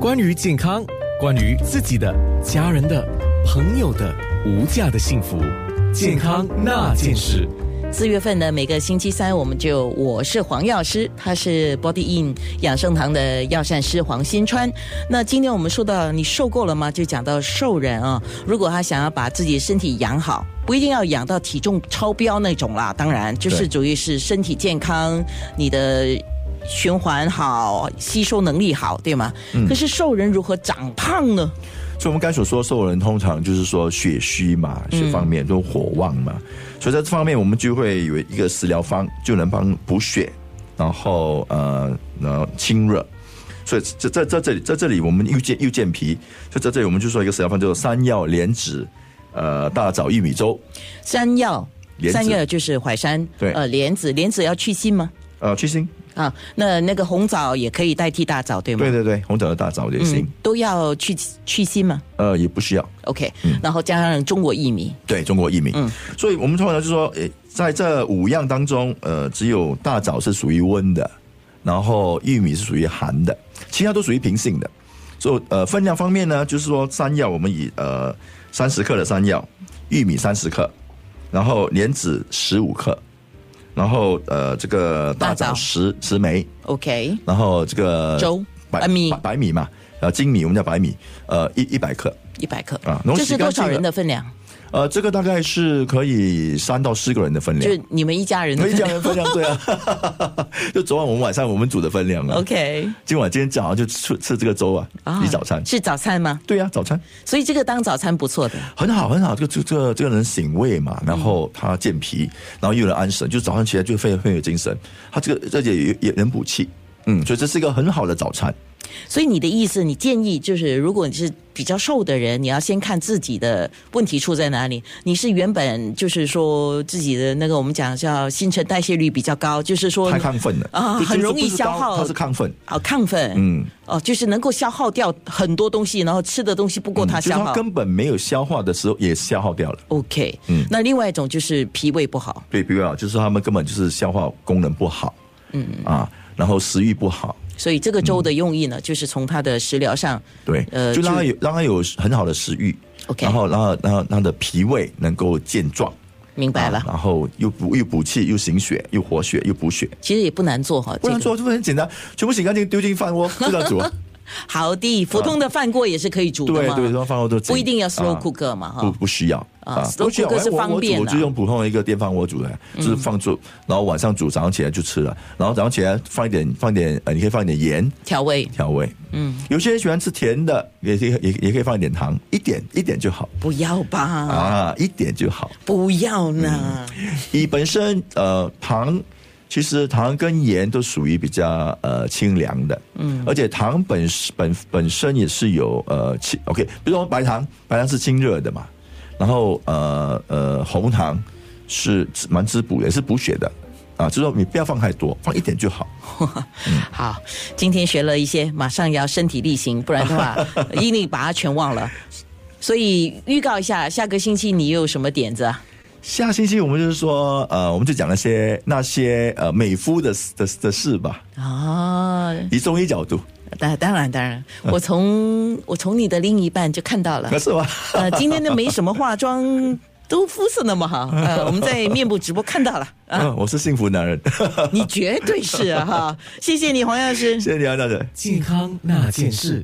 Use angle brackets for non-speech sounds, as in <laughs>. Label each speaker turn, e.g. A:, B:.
A: 关于健康，关于自己的、家人的、朋友的无价的幸福，健康那件事。
B: 四月份呢，每个星期三我们就我是黄药师，他是 Body In 养生堂的药膳师黄新川。那今天我们说到你瘦够了吗？就讲到瘦人啊，如果他想要把自己身体养好，不一定要养到体重超标那种啦，当然就是
A: 对
B: 主要是身体健康，你的。循环好，吸收能力好，对吗？
C: 嗯
B: 可是瘦人如何长胖呢？
C: 所以我们刚才所说瘦人，通常就是说血虚嘛，血方面就火旺嘛，所以在这方面我们就会有一个食疗方，就能帮补血，然后呃，然后清热。所以这在在这里，在这里我们又见又见皮，所以在这里我们就说一个食疗方，叫做山药莲子，呃，大枣玉米粥，
B: 山药，
C: 莲子
B: 山药就是淮山，
C: 对
B: 呃，莲子，莲子要去腥吗？
C: 呃，去腥，
B: 啊，那那个红枣也可以代替大枣，对吗？
C: 对对对，红枣的大枣也行
B: 嗯，，都要去去腥嘛。
C: 呃，也不需要。
B: OK，、然
C: 嗯
B: 后加上中国薏米，
C: 对中国译名。
B: 嗯
C: 所以我们通常就说，诶，在这五样当中，呃，只有大枣是属于温的，然后玉米是属于寒的，其他都属于平性的。所以呃，分量方面呢，就是说山药我们以呃三十克的山药，玉米三十克，然后莲子十五克，然后呃这个大
B: 大
C: 枣
B: 枣
C: 十十枚，
B: ，OK，
C: 然后这个
B: 粥
C: 白
B: 啊米
C: 白白米嘛，呃精米我们叫白米，呃一一百克。
B: 一百克
C: 啊然后
B: 这
C: 洗
B: 是
C: 干净
B: 多少人
C: 了
B: 的分量？
C: 呃，这个大概是可以三到四个人的分量，
B: 就你们一家人的
C: 可以
B: 分
C: 这
B: 量。
C: 样分量对啊， <laughs> 就昨晚我们晚上我们煮的分量
B: 哦
C: 啊。
B: OK
C: 今晚今天早上就吃吃这个粥啊，你早餐。
B: 是早餐吗？
C: 对呀、早餐
B: 所以这个当早餐不错的。
C: 很好很好，这个这个这个人醒胃嘛，然后他健脾，然后又能安神，就早上起来就非很有精神。他这个这也也也能补气，嗯，所以这是一个很好的早餐。
B: 所以你的意思，你建议就是，如果你是比较瘦的人，你要先看自己的问题出在哪里。你是原本就是说自己的那个我们讲叫新陈代谢率比较高，就是说
C: 太亢奋了
B: 啊
C: 就就是
B: 很容易
C: 不是高
B: 消耗
C: 它是亢奋，
B: 啊亢奋，
C: 嗯，
B: 哦，就是能够消耗掉很多东西，然后吃的东西不够它
C: 嗯就是
B: 消
C: 他
B: 耗。
C: 根本没有消化的时候也消耗掉了。
B: OK，那
C: 嗯
B: 另外一种就是脾胃不好，
C: 对，比如啊，就是他们根本就是消化功能不好，嗯啊，然后食欲不好，
B: 所以这个粥的用意呢，就是从它的食疗上，
C: 对，
B: 呃
C: 就让他
B: 就
C: 有让他有很好的食欲
B: OK
C: 嗯然后然后然后让他的脾胃能够健壮，
B: 明白了。
C: 啊然后又补又补气又行血又活血又补血，
B: 其实也不难做哈，
C: 不然
B: 这
C: 做
B: 个
C: 就很简单，全部洗干净丢进
B: <laughs>
C: 饭锅就这样煮啊，
B: 好的，普通的饭锅也是可以煮的
C: 对
B: 嘛，
C: 啊对，然后饭锅都
B: 不一定要
C: 啊
B: slow cooker 嘛哈
C: 不不需要
B: 啊，slow
C: 不需要。
B: cooker
C: 哎
B: 是
C: 我
B: 方便啊嗯
C: 我煮我就用普通的一个电饭锅煮的，就是放住，然后晚上煮，早上起来就吃了，然后早上起来放一点 <laughs> 放一点呃，你可以放一点盐，
B: 调味。
C: 调味。嗯，有些人喜欢吃甜的，也可以也也可以放一点糖，一点一点就好
B: 不要吧，
C: 啊，嗯一点就好。
B: 不要呢。
C: 以本身呃糖，其实糖跟盐都属于比较呃清凉的，嗯，而且糖本本本身也是有呃清，OK，比如说白糖，白糖是清热的嘛，然后呃呃红糖是蛮滋补的，也是补血的。啊，就是说你不要放太多，放一点就好。嗯
B: 好，今天学了一些，马上要身体力行，不然
C: <laughs>
B: 的话一定把它全忘了。所以预告一下，下个星期你又有什么点子啊？
C: 下星期我们就是说，呃，我们就讲那些那些呃美肤的的的事吧，
B: 啊，
C: 以中医 <laughs> 角度，
B: 当当然当然，我从我从你的另一半就看到了
C: 那，是 <laughs> 吧？
B: 呃，今天都没什么化妆，都肤色那么好，呃，我们在面部直播看到了，啊，
C: 嗯，我是幸福男人， <laughs>
B: 你绝对是啊哈，谢谢你黄药师，
C: 谢谢你啊，大姐。
A: 健康那件事。